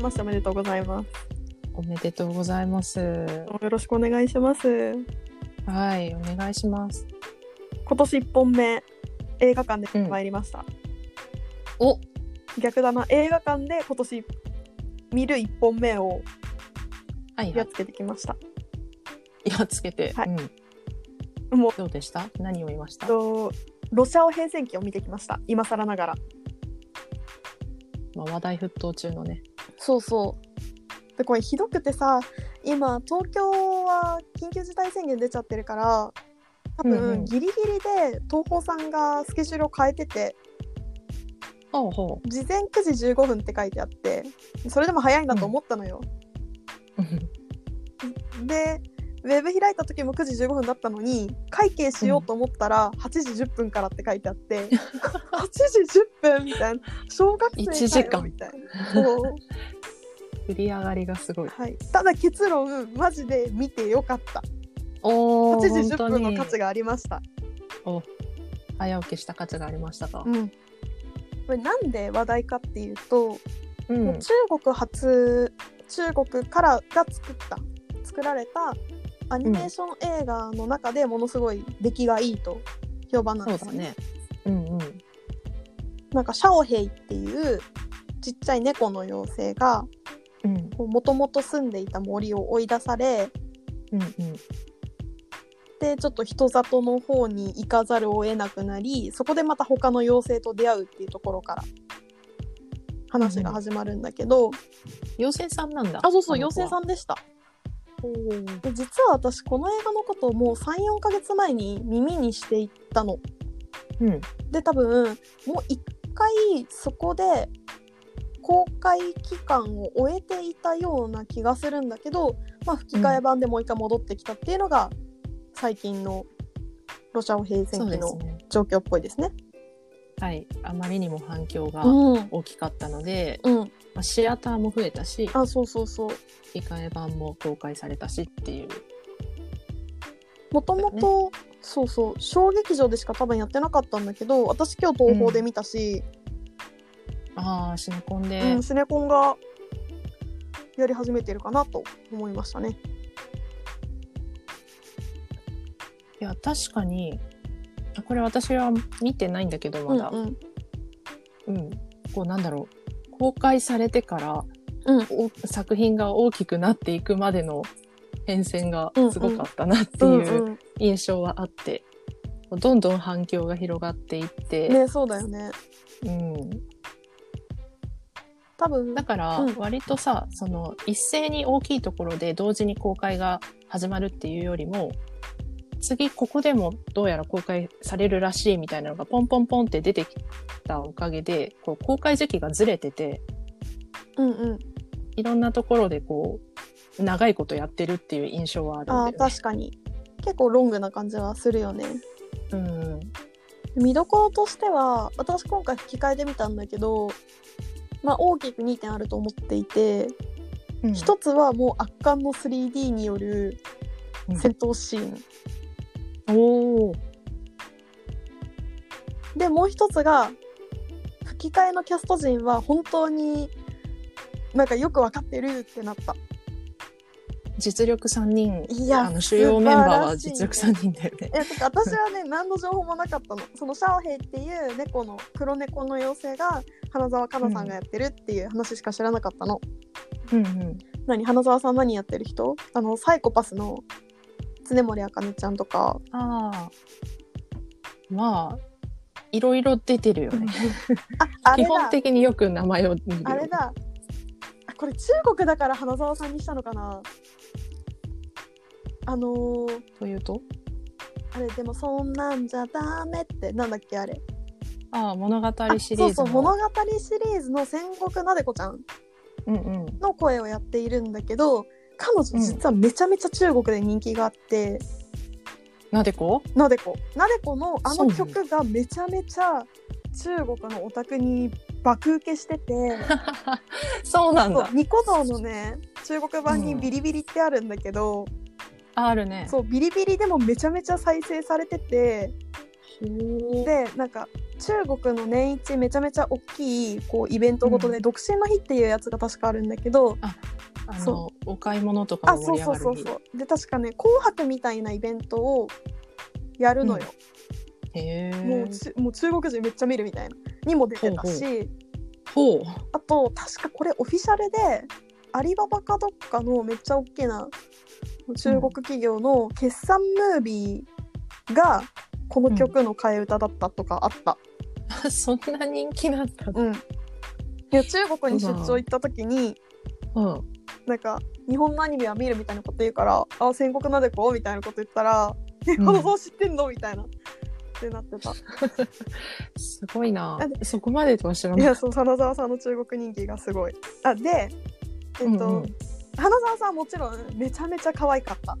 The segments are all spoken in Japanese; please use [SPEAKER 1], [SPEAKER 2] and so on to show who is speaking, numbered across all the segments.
[SPEAKER 1] ましておめでとうございます。
[SPEAKER 2] おめでとうございます。は
[SPEAKER 1] よろしくお願いします。
[SPEAKER 2] い、お願いします。
[SPEAKER 1] 今年1本目、映画館で参りました。
[SPEAKER 2] お、
[SPEAKER 1] 逆だな、映画館で今年見る1本目を
[SPEAKER 2] はい、は
[SPEAKER 1] やっ
[SPEAKER 2] い、
[SPEAKER 1] つけてきました。
[SPEAKER 2] やっつけて、
[SPEAKER 1] はい
[SPEAKER 2] うん、
[SPEAKER 1] もう
[SPEAKER 2] どうでした？何を見ました？
[SPEAKER 1] とロシアオ変遷記を見てきました。今更ながら。
[SPEAKER 2] まあ話題沸騰中のね。
[SPEAKER 1] そうそう。でこれひどくてさ今東京は緊急事態宣言出ちゃってるから多
[SPEAKER 2] うんうん
[SPEAKER 1] 分ギリギリで東宝さんがスケジュールを変えてて
[SPEAKER 2] ほうほ
[SPEAKER 1] 事前9時15分って書いてあってそれでも早いなと思ったのよ。
[SPEAKER 2] う。
[SPEAKER 1] でウェブ開いた時も9時15分だったのに会計しようと思ったら8時10分からって書いてあって8 時10分みたいな小学生かよ
[SPEAKER 2] 一時間
[SPEAKER 1] みたいな。そう
[SPEAKER 2] 振り上がりがすごい。
[SPEAKER 1] はい、ただ結論マジで見てよかった
[SPEAKER 2] おお、
[SPEAKER 1] 8
[SPEAKER 2] 本
[SPEAKER 1] 時10
[SPEAKER 2] 当
[SPEAKER 1] 分の
[SPEAKER 2] に
[SPEAKER 1] 価値がありました。
[SPEAKER 2] 早起きした価値がありましたか
[SPEAKER 1] う？ん、これなんで話題かっていうと、
[SPEAKER 2] う
[SPEAKER 1] もう中国発中国からが作った作られたアニメーション映画の中でものすごい出来がいいと評判なんで
[SPEAKER 2] そう
[SPEAKER 1] す
[SPEAKER 2] だ
[SPEAKER 1] よ
[SPEAKER 2] ね。うんうん。
[SPEAKER 1] なんかシャオヘイっていうちっちゃい猫の妖精が
[SPEAKER 2] うん
[SPEAKER 1] もともと住んでいた森を追い出され
[SPEAKER 2] うんうん。
[SPEAKER 1] でちょっと人里の方に行かざるを得なくなりそこでまた他の妖精と出会うっていうところから話が始まるんだけど、
[SPEAKER 2] 妖精さんなんだ。
[SPEAKER 1] あそうそう妖精さ
[SPEAKER 2] ん。
[SPEAKER 1] んでした
[SPEAKER 2] おー
[SPEAKER 1] で実は私この映画のことをもう34ヶ月前に耳にしていったの
[SPEAKER 2] うん。
[SPEAKER 1] で多分もう一回そこで公開期間を終えていたような気がするんだけど、まあ、吹き替え版でもう一回戻ってきたっていうのが最近のロシアを平成
[SPEAKER 2] そう
[SPEAKER 1] 期
[SPEAKER 2] です
[SPEAKER 1] の
[SPEAKER 2] ね。
[SPEAKER 1] 状況っぽいですね。
[SPEAKER 2] はい。あまりにも反響が
[SPEAKER 1] うん、
[SPEAKER 2] 大きかったので、
[SPEAKER 1] うん、
[SPEAKER 2] まあ、シアターも増えたし、
[SPEAKER 1] あそうそうそう
[SPEAKER 2] 吹き替え版も公開されたしっていう。
[SPEAKER 1] もともとそうそう小劇場でしか多分やってなかったんだけど私今日東宝で見たし、
[SPEAKER 2] ああ、染み込んで、
[SPEAKER 1] うん、シネコンがやり始めてるかなと思いましたね。
[SPEAKER 2] いや、確かに、あこれ私は見てないんだけど、
[SPEAKER 1] う
[SPEAKER 2] ま
[SPEAKER 1] ん
[SPEAKER 2] だ。
[SPEAKER 1] うん
[SPEAKER 2] うん、こう、なんだろう。公開されてから、
[SPEAKER 1] うん
[SPEAKER 2] お作品が大きくなっていくまでの変遷が
[SPEAKER 1] うんうん
[SPEAKER 2] すごかったなって
[SPEAKER 1] うん
[SPEAKER 2] いううん印象はあって、どんどん反響が広がっていって、
[SPEAKER 1] ねそうだよね
[SPEAKER 2] うん、
[SPEAKER 1] 多分
[SPEAKER 2] だから
[SPEAKER 1] うん
[SPEAKER 2] 割とさ、その一斉に大きいところで同時に公開が始まるっていうよりも次ここでもどうやら公開されるらしいみたいなのがポンポンポンって出てきたおかげでこう公開時期がずれてて
[SPEAKER 1] うんうん
[SPEAKER 2] いろんなところでこう長いことやってるっていう印象はあるんだ
[SPEAKER 1] あー
[SPEAKER 2] よね。
[SPEAKER 1] 確かに結構ロングな感じはするよね。
[SPEAKER 2] うん
[SPEAKER 1] 見どころとしては私今回吹き替えで見たんだけど、まあ、大きく2点あると思っていて、
[SPEAKER 2] うん
[SPEAKER 1] 一つはもう圧巻の 3D による
[SPEAKER 2] うん
[SPEAKER 1] 戦闘シーン、
[SPEAKER 2] おー
[SPEAKER 1] でもう一つが吹き替えのキャスト陣は本当になんかよく分かってるってなった
[SPEAKER 2] 実力3人
[SPEAKER 1] いや
[SPEAKER 2] あの主要メンバーは
[SPEAKER 1] 素晴らしいね
[SPEAKER 2] 実力3人だよね。
[SPEAKER 1] えてか私はね 何の情報もなかったのそのシャオヘイっていう猫の黒猫の妖精が花澤香菜さんがやってるっていう話しか知らなかったの、
[SPEAKER 2] うんうん
[SPEAKER 1] 何花澤さん何やってる人あのサイコパスの常森茜ちゃんとか
[SPEAKER 2] ああ。まあ、いろいろ出てるよね。
[SPEAKER 1] ああ
[SPEAKER 2] 基
[SPEAKER 1] れ
[SPEAKER 2] 本
[SPEAKER 1] だ
[SPEAKER 2] 的によく名前を見る。
[SPEAKER 1] あれだあこれ中国だから花澤さんにしたのかなあのー、
[SPEAKER 2] というと
[SPEAKER 1] あれでもそんなんじゃダメってなんだっけあれ
[SPEAKER 2] ああ、物語シリ
[SPEAKER 1] そ
[SPEAKER 2] ー
[SPEAKER 1] う
[SPEAKER 2] ズ
[SPEAKER 1] そ
[SPEAKER 2] の。
[SPEAKER 1] う物語シリーズの戦国なでこちゃん
[SPEAKER 2] うんうん。
[SPEAKER 1] の声をやっているんだけど彼女実はめちゃめちゃ中国で人気があって、
[SPEAKER 2] なでこ
[SPEAKER 1] なでこなでこのあ
[SPEAKER 2] そう
[SPEAKER 1] の
[SPEAKER 2] なの
[SPEAKER 1] 曲がめちゃめちゃ中国のオタクに爆受けしてて
[SPEAKER 2] そうなん
[SPEAKER 1] そう
[SPEAKER 2] だ。
[SPEAKER 1] ニコ動のね中国版にビリビリってあるんだけど、
[SPEAKER 2] あるね。
[SPEAKER 1] そうビリビリでもめちゃめちゃ再生されてて
[SPEAKER 2] ほう
[SPEAKER 1] でなんか中国の年一めちゃめちゃ大きいこうイベントごとで「独身の日」っていうやつが確かあるんだけど、
[SPEAKER 2] あの
[SPEAKER 1] そ
[SPEAKER 2] お買い物とか
[SPEAKER 1] あ
[SPEAKER 2] を
[SPEAKER 1] そう
[SPEAKER 2] 盛り上
[SPEAKER 1] そ
[SPEAKER 2] が
[SPEAKER 1] う
[SPEAKER 2] る
[SPEAKER 1] そうそうで確かね「紅白」みたいなイベントをやるのよ、
[SPEAKER 2] 日へえ
[SPEAKER 1] もうちもう中国人めっちゃ見るみたいなにも出てたし
[SPEAKER 2] ほほう
[SPEAKER 1] あと確かこれオフィシャルでアリババかどっかのめっちゃ大きな中国企業の決算ムービーがこの曲の替え歌だったとかあった。
[SPEAKER 2] あ そんな人気なんだ
[SPEAKER 1] うんいや中国に出張行った時に
[SPEAKER 2] うん
[SPEAKER 1] なんか日本のアニメは見るみたいなこと言うから「あ戦国なでこ?」みたいなこと言ったら「え
[SPEAKER 2] うん
[SPEAKER 1] 放送知ってんの?」みたいなってなってた
[SPEAKER 2] すごいな
[SPEAKER 1] あで
[SPEAKER 2] そこまでとは知ら
[SPEAKER 1] い
[SPEAKER 2] ない
[SPEAKER 1] やそう花澤さんの中国人気がすごいあでえっと、
[SPEAKER 2] うんうん
[SPEAKER 1] 花澤さんはもちろんめちゃめちゃ可愛かった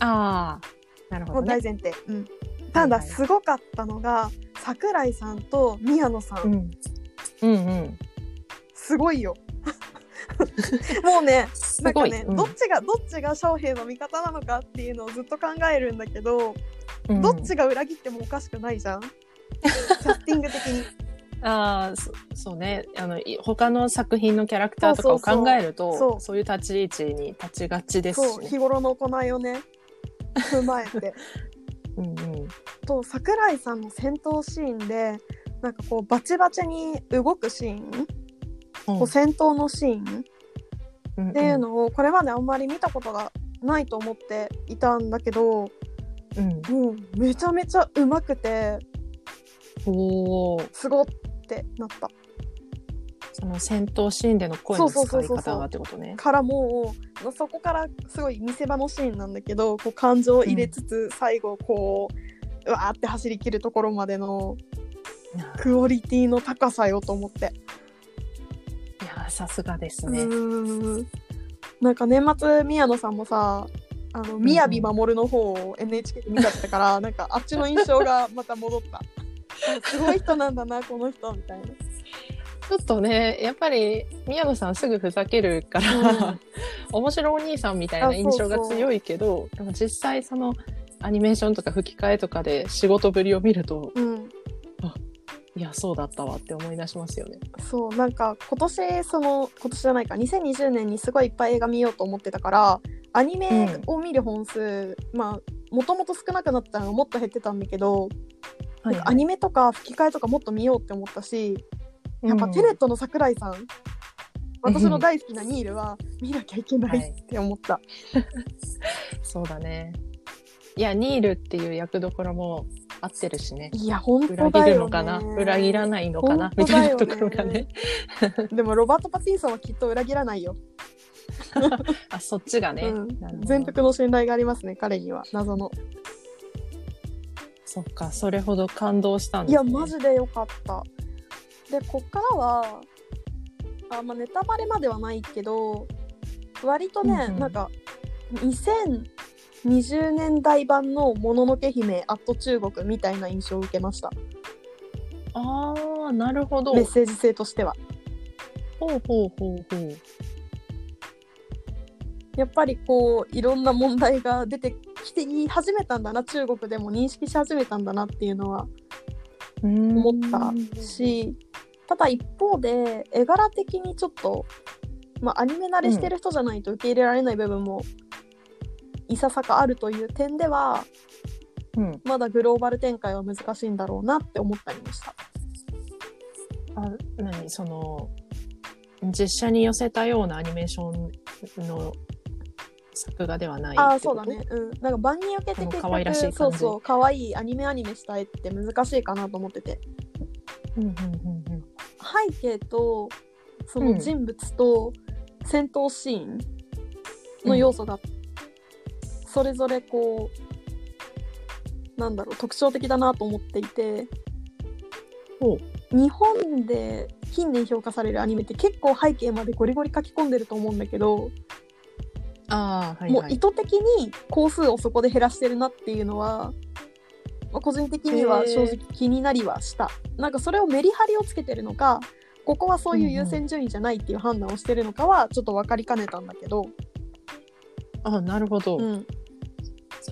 [SPEAKER 2] ああなる
[SPEAKER 1] も
[SPEAKER 2] ほ
[SPEAKER 1] う
[SPEAKER 2] どね
[SPEAKER 1] 大前提、うん、ただ
[SPEAKER 2] はいはい
[SPEAKER 1] すごかったのが桜井さんと宮野さん、
[SPEAKER 2] うんうんうん
[SPEAKER 1] すごいよ もうね
[SPEAKER 2] す
[SPEAKER 1] なんか
[SPEAKER 2] ごい
[SPEAKER 1] ね、
[SPEAKER 2] うん
[SPEAKER 1] どっちがどっちが翔平の味方なのかっていうのをずっと考えるんだけど、
[SPEAKER 2] うん
[SPEAKER 1] どっちが裏切ってもおかしくないじゃんキャスティング的に
[SPEAKER 2] ああそそうねあのい他の作品のキャラクターとか
[SPEAKER 1] そう
[SPEAKER 2] を
[SPEAKER 1] そうそう
[SPEAKER 2] 考えると
[SPEAKER 1] そう
[SPEAKER 2] いう立ち位置に立ちがちですし
[SPEAKER 1] そう
[SPEAKER 2] ね
[SPEAKER 1] 日頃の行いをね踏まえて
[SPEAKER 2] うんうん
[SPEAKER 1] と桜井さんの戦闘シーンでなんかこうバチバチに動くシーン、こう戦闘のシーン
[SPEAKER 2] うん
[SPEAKER 1] っていうのをこれまであんまり見たことがないと思っていたんだけど
[SPEAKER 2] うん
[SPEAKER 1] もうめちゃめちゃうまくて
[SPEAKER 2] おー
[SPEAKER 1] すごってなった
[SPEAKER 2] その戦闘シーンでの声の使
[SPEAKER 1] そう
[SPEAKER 2] い
[SPEAKER 1] そうそう
[SPEAKER 2] 方
[SPEAKER 1] そ
[SPEAKER 2] が
[SPEAKER 1] う
[SPEAKER 2] ってことね。
[SPEAKER 1] からもうそこからすごい見せ場のシーンなんだけどこう感情を入れつつ、最後こううわーって走り切るところまでのクオリティの高さよと思って。
[SPEAKER 2] いやーさすがですね。
[SPEAKER 1] うんなんか年末宮野さんもさ「あの
[SPEAKER 2] ん
[SPEAKER 1] 宮城守の方を NHK で見ちゃったから、 なんかあっちの印象がまた戻ったあすごい人なんだなこの人みたいな
[SPEAKER 2] ちょっとねやっぱり宮野さんすぐふざけるから、
[SPEAKER 1] うん
[SPEAKER 2] 面白お兄さんみたいな印象が強いけどでも実際そのアニメーションとか吹き替えとかで仕事ぶりを見ると
[SPEAKER 1] うん
[SPEAKER 2] いやそうだったわって思い出しますよね。
[SPEAKER 1] そうなんか今年その今年じゃないか2020年にすごいいっぱい映画見ようと思ってたからアニメを見る本数、まあもともと少なくなったのがもっと減ってたんだけど、なんかアニメとか吹き替えとかもっと見ようって思ったし、やっぱテレットの桜井さん、私の大好きなニールは見なきゃいけないって思った。
[SPEAKER 2] うんそうだね。いやニールっていう役どころも合ってるしね。
[SPEAKER 1] いや、本当だ
[SPEAKER 2] 裏切
[SPEAKER 1] よ、ね。
[SPEAKER 2] るのかな、裏切らないのかな、
[SPEAKER 1] 本
[SPEAKER 2] み
[SPEAKER 1] 当
[SPEAKER 2] た
[SPEAKER 1] だ
[SPEAKER 2] い
[SPEAKER 1] よ
[SPEAKER 2] な
[SPEAKER 1] ね
[SPEAKER 2] ところがね。
[SPEAKER 1] でも、ロバート・パティンソンはきっと裏切らないよ。
[SPEAKER 2] あそっちがね、
[SPEAKER 1] うん
[SPEAKER 2] なるほど
[SPEAKER 1] 全幅の信頼がありますね、彼には。謎の。
[SPEAKER 2] そっかそれほど感動したん
[SPEAKER 1] い
[SPEAKER 2] です、
[SPEAKER 1] や、
[SPEAKER 2] ね、
[SPEAKER 1] マジでよかった。で、こっからは、あまあ、ネタバレまではないけど、割とね、
[SPEAKER 2] うんうん
[SPEAKER 1] なんか、2020年代版のもののけ姫、アット中国みたいな印象を受けました。
[SPEAKER 2] ああなるほど
[SPEAKER 1] メッセージ性としては。
[SPEAKER 2] ほうほうほうほう
[SPEAKER 1] やっぱりこういろんな問題が出てきて言い始めたんだな中国でも認識し始めたんだなっていうのは
[SPEAKER 2] 思
[SPEAKER 1] 思ったしただ一方で絵柄的にちょっと、まあ、アニメ慣れしてる人じゃないと受け入れられない部分もいささかあるという点では
[SPEAKER 2] うん、
[SPEAKER 1] まだグローバル展開は難しいんだろうなって思ったりもした。
[SPEAKER 2] あ何その実写に寄せたようなアニメーションの作画ではない
[SPEAKER 1] あ
[SPEAKER 2] っ
[SPEAKER 1] ー
[SPEAKER 2] てこ
[SPEAKER 1] そう
[SPEAKER 2] と
[SPEAKER 1] だね、うん、なんか万人受けて
[SPEAKER 2] あの
[SPEAKER 1] 結局
[SPEAKER 2] 可愛らしい感じ
[SPEAKER 1] そうそう可愛いアニメアニメしたいって難しいかなと思ってて
[SPEAKER 2] うんうんうんうん
[SPEAKER 1] 背景とそ
[SPEAKER 2] うん
[SPEAKER 1] の人物と戦闘シーンの要素がそれぞれこうなんだろう特徴的だなと思っていて
[SPEAKER 2] ほ
[SPEAKER 1] 日本で近年評価されるアニメって結構背景までゴリゴリ書き込んでると思うんだけど、
[SPEAKER 2] ああはいは
[SPEAKER 1] もう意
[SPEAKER 2] い
[SPEAKER 1] 図的に工数をそこで減らしてるなっていうのは、まあ個人的には正直気になりはした、なんかそれをメリハリをつけてるのかここはそういう優先順位じゃないっていう判断をしてるのかはちょっと分かりかねたんだけど、
[SPEAKER 2] あなるほど、
[SPEAKER 1] うん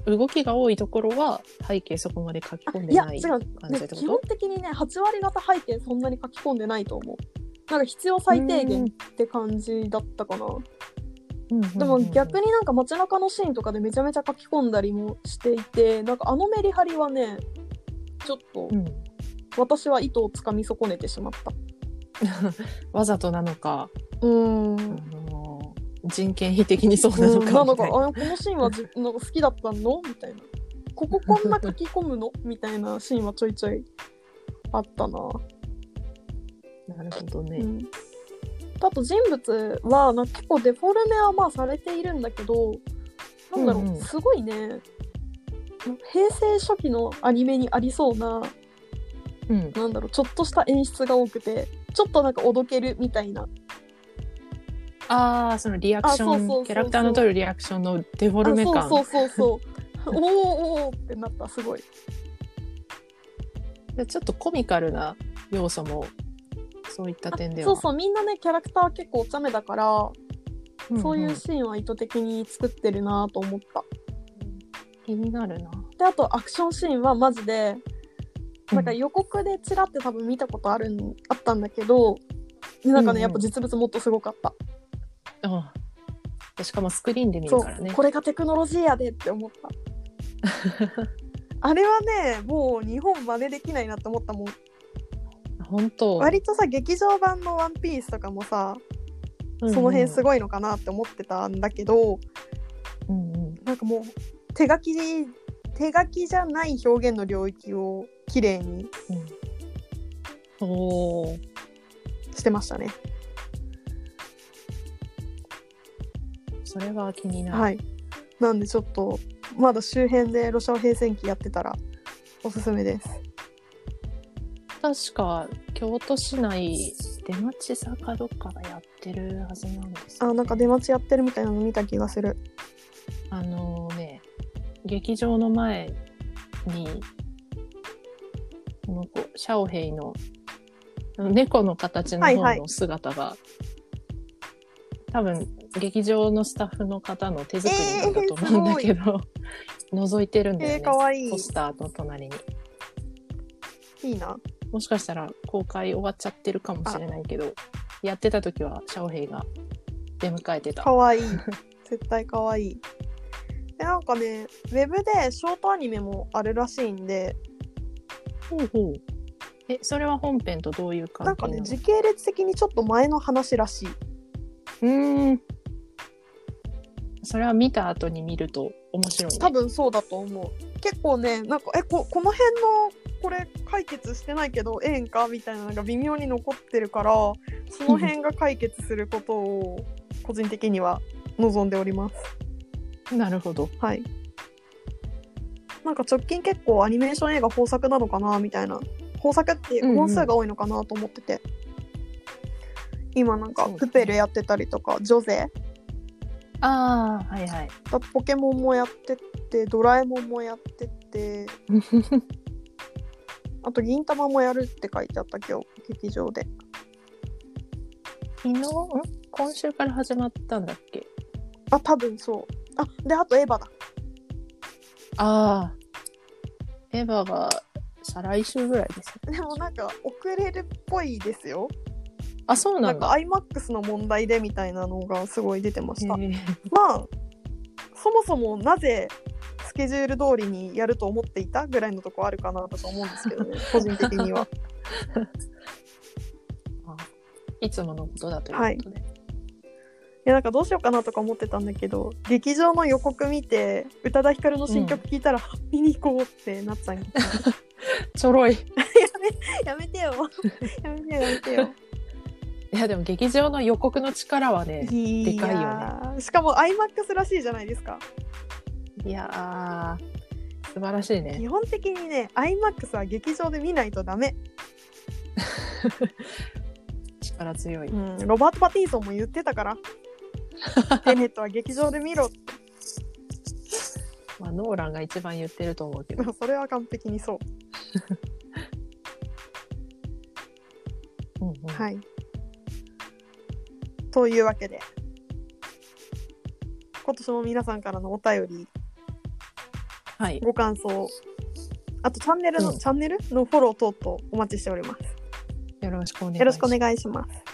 [SPEAKER 2] 動きが多いところは背景そこまで書き込んで
[SPEAKER 1] いや
[SPEAKER 2] ない
[SPEAKER 1] 違
[SPEAKER 2] 感
[SPEAKER 1] う、
[SPEAKER 2] じ
[SPEAKER 1] ね
[SPEAKER 2] ってこ
[SPEAKER 1] 基本
[SPEAKER 2] と
[SPEAKER 1] 的にね8割方背景そんなに書き込んでないと思うなんか必要最低限って感じだったかな、でも逆
[SPEAKER 2] に
[SPEAKER 1] になんか街中のシーンとかでめちゃめちゃ書き込んだりもしていてなんかあのメリハリはねちょっと私は糸をつかみ損ねてしまった
[SPEAKER 2] わざとなのか、
[SPEAKER 1] うん
[SPEAKER 2] あのー人権否的にそうなの
[SPEAKER 1] うんな
[SPEAKER 2] か
[SPEAKER 1] の
[SPEAKER 2] み
[SPEAKER 1] か
[SPEAKER 2] た
[SPEAKER 1] あ
[SPEAKER 2] いな。
[SPEAKER 1] このシーンはじ なんか好きだったのみたいなこここんな書き込むのみたいなシーンはちょいちょいあったな、
[SPEAKER 2] なるほど
[SPEAKER 1] う
[SPEAKER 2] ね。
[SPEAKER 1] ん、あと人物はなんか結構デフォルメはまあされているんだけどなんだろう、
[SPEAKER 2] うんうん
[SPEAKER 1] すごいね平成初期のアニメにありそうな
[SPEAKER 2] うん。
[SPEAKER 1] なんだろうちょっとした演出が多くてちょっとなんかおどけるみたいな
[SPEAKER 2] ああ、そのリアクション
[SPEAKER 1] あそうそうそうそう
[SPEAKER 2] キャラクターの取るリアクションのデフォルメ感。
[SPEAKER 1] あそうそうそう そうおーおーおーってなったすごい
[SPEAKER 2] でちょっとコミカルな要素も、そういった点では。
[SPEAKER 1] そうそうみんなねキャラクターは結構お茶目だから、
[SPEAKER 2] んん
[SPEAKER 1] そういうシーンは意図的に作ってるなと思った
[SPEAKER 2] 気になるな。
[SPEAKER 1] であとアクションシーンはマジでなんか予告でちらって多分見たことあるんあったんだけどでなんか
[SPEAKER 2] うん
[SPEAKER 1] ね
[SPEAKER 2] うん
[SPEAKER 1] やっぱ実物もっとすごかった、
[SPEAKER 2] ああしかもスクリーンで見
[SPEAKER 1] そ
[SPEAKER 2] る
[SPEAKER 1] う
[SPEAKER 2] からね。
[SPEAKER 1] これがテクノロジーやでって思った あれはねもう日本真似できないなって思ったもん
[SPEAKER 2] 本当。
[SPEAKER 1] 割とさ劇場版の「ワンピースとかもさその辺す
[SPEAKER 2] ごい。
[SPEAKER 1] ごいのかなって思ってたんだけど、
[SPEAKER 2] うんうん
[SPEAKER 1] なんかもう手書き手書きじゃない表現の領域を綺麗に
[SPEAKER 2] うん、おー
[SPEAKER 1] してましたね。
[SPEAKER 2] それは気になる。
[SPEAKER 1] はい、なんでちょっとまだ周辺でロシア平戦期やってたらおすすめです。
[SPEAKER 2] 確か京都市内出町坂どっかがやってるはずなんですよね、
[SPEAKER 1] あなんか出待ちやってるみたいなの見た気がする。
[SPEAKER 2] あのね劇場の前にこの子シャオヘイのあの猫の形の
[SPEAKER 1] はいは
[SPEAKER 2] 方
[SPEAKER 1] い
[SPEAKER 2] の姿が、多分劇場のスタッフの方の手作りなんだと思うんだけど、 覗いてるんだよね、
[SPEAKER 1] えーかわいい
[SPEAKER 2] ポスターの隣に。
[SPEAKER 1] いいな。
[SPEAKER 2] もしかしたら公開終わっちゃってるかもしれないけど、やってた時はシャオヘイが出迎えてた。
[SPEAKER 1] か わいい。絶対かわいい。でなんかねウェブでショートアニメもあるらしいんで
[SPEAKER 2] ほうほう。え、それは本編とどういう
[SPEAKER 1] な
[SPEAKER 2] 関
[SPEAKER 1] んか
[SPEAKER 2] 係な
[SPEAKER 1] ね
[SPEAKER 2] の
[SPEAKER 1] 時系列的にちょっと前の話らしい。
[SPEAKER 2] うーん。それは見た後に見ると面白い、ね。
[SPEAKER 1] 多分そうだと思う結構ねなんかえここの辺のこれ解決してないけどええんかみたいなのが微妙に残ってるからその辺が解決することを個人的には望んでおります
[SPEAKER 2] なるほど。
[SPEAKER 1] はいなんか直近結構アニメーション映画豊作なのかなみたいな豊作っていうか本数が多いのかなと思ってて、今なんか
[SPEAKER 2] そうだ
[SPEAKER 1] プ
[SPEAKER 2] ね
[SPEAKER 1] ペルやってたりとかジョゼ
[SPEAKER 2] ああ、はいはい。
[SPEAKER 1] だってポケモンもやってってドラえもんもやってっ てあと銀玉もやるって書いてあった今日劇場で
[SPEAKER 2] 昨日ん今週から始まったんだっけ
[SPEAKER 1] あ多分そうあであとエヴァだ
[SPEAKER 2] ああ。エヴァが再来週ぐらいですね。
[SPEAKER 1] でもなんか遅れるっぽいですよ
[SPEAKER 2] あ、そう
[SPEAKER 1] な
[SPEAKER 2] なんん
[SPEAKER 1] か
[SPEAKER 2] だ。
[SPEAKER 1] iMAX の問題でみたいなのがすごい出てました
[SPEAKER 2] へー
[SPEAKER 1] まあそもそもなぜスケジュール通りにやると思っていたぐらいのとこあるかなとか思うんですけどね個人的には、
[SPEAKER 2] いつものことだということで。
[SPEAKER 1] いやなんかどうしようかなとか思ってたんだけど劇場の予告見て宇多田ヒカルの新曲聴いたら、見に行こうってなっちゃう
[SPEAKER 2] ちょろい。
[SPEAKER 1] やめてよ やめてよやめて よ
[SPEAKER 2] いやでも劇場の予告の力はね、
[SPEAKER 1] い
[SPEAKER 2] でかい
[SPEAKER 1] やーしかも iMAX らしいじゃないですか
[SPEAKER 2] いやー、素晴らしいね。
[SPEAKER 1] 基本的にね iMAX は劇場で見ないとダメ、
[SPEAKER 2] 力強い。
[SPEAKER 1] うん、ロバート・パティーソンも言ってた からテネットは劇場で見ろって
[SPEAKER 2] まあ、ノーランが一番言ってると思うけど。
[SPEAKER 1] それは完璧にそう
[SPEAKER 2] うんうん
[SPEAKER 1] はいというわけで今年も皆さんからのお便り
[SPEAKER 2] はい。
[SPEAKER 1] ご感想あとチャンネルの、
[SPEAKER 2] うん
[SPEAKER 1] チャンネルのフォロー等々お待ちしております
[SPEAKER 2] よろしくお願いします。
[SPEAKER 1] よろしくお願いします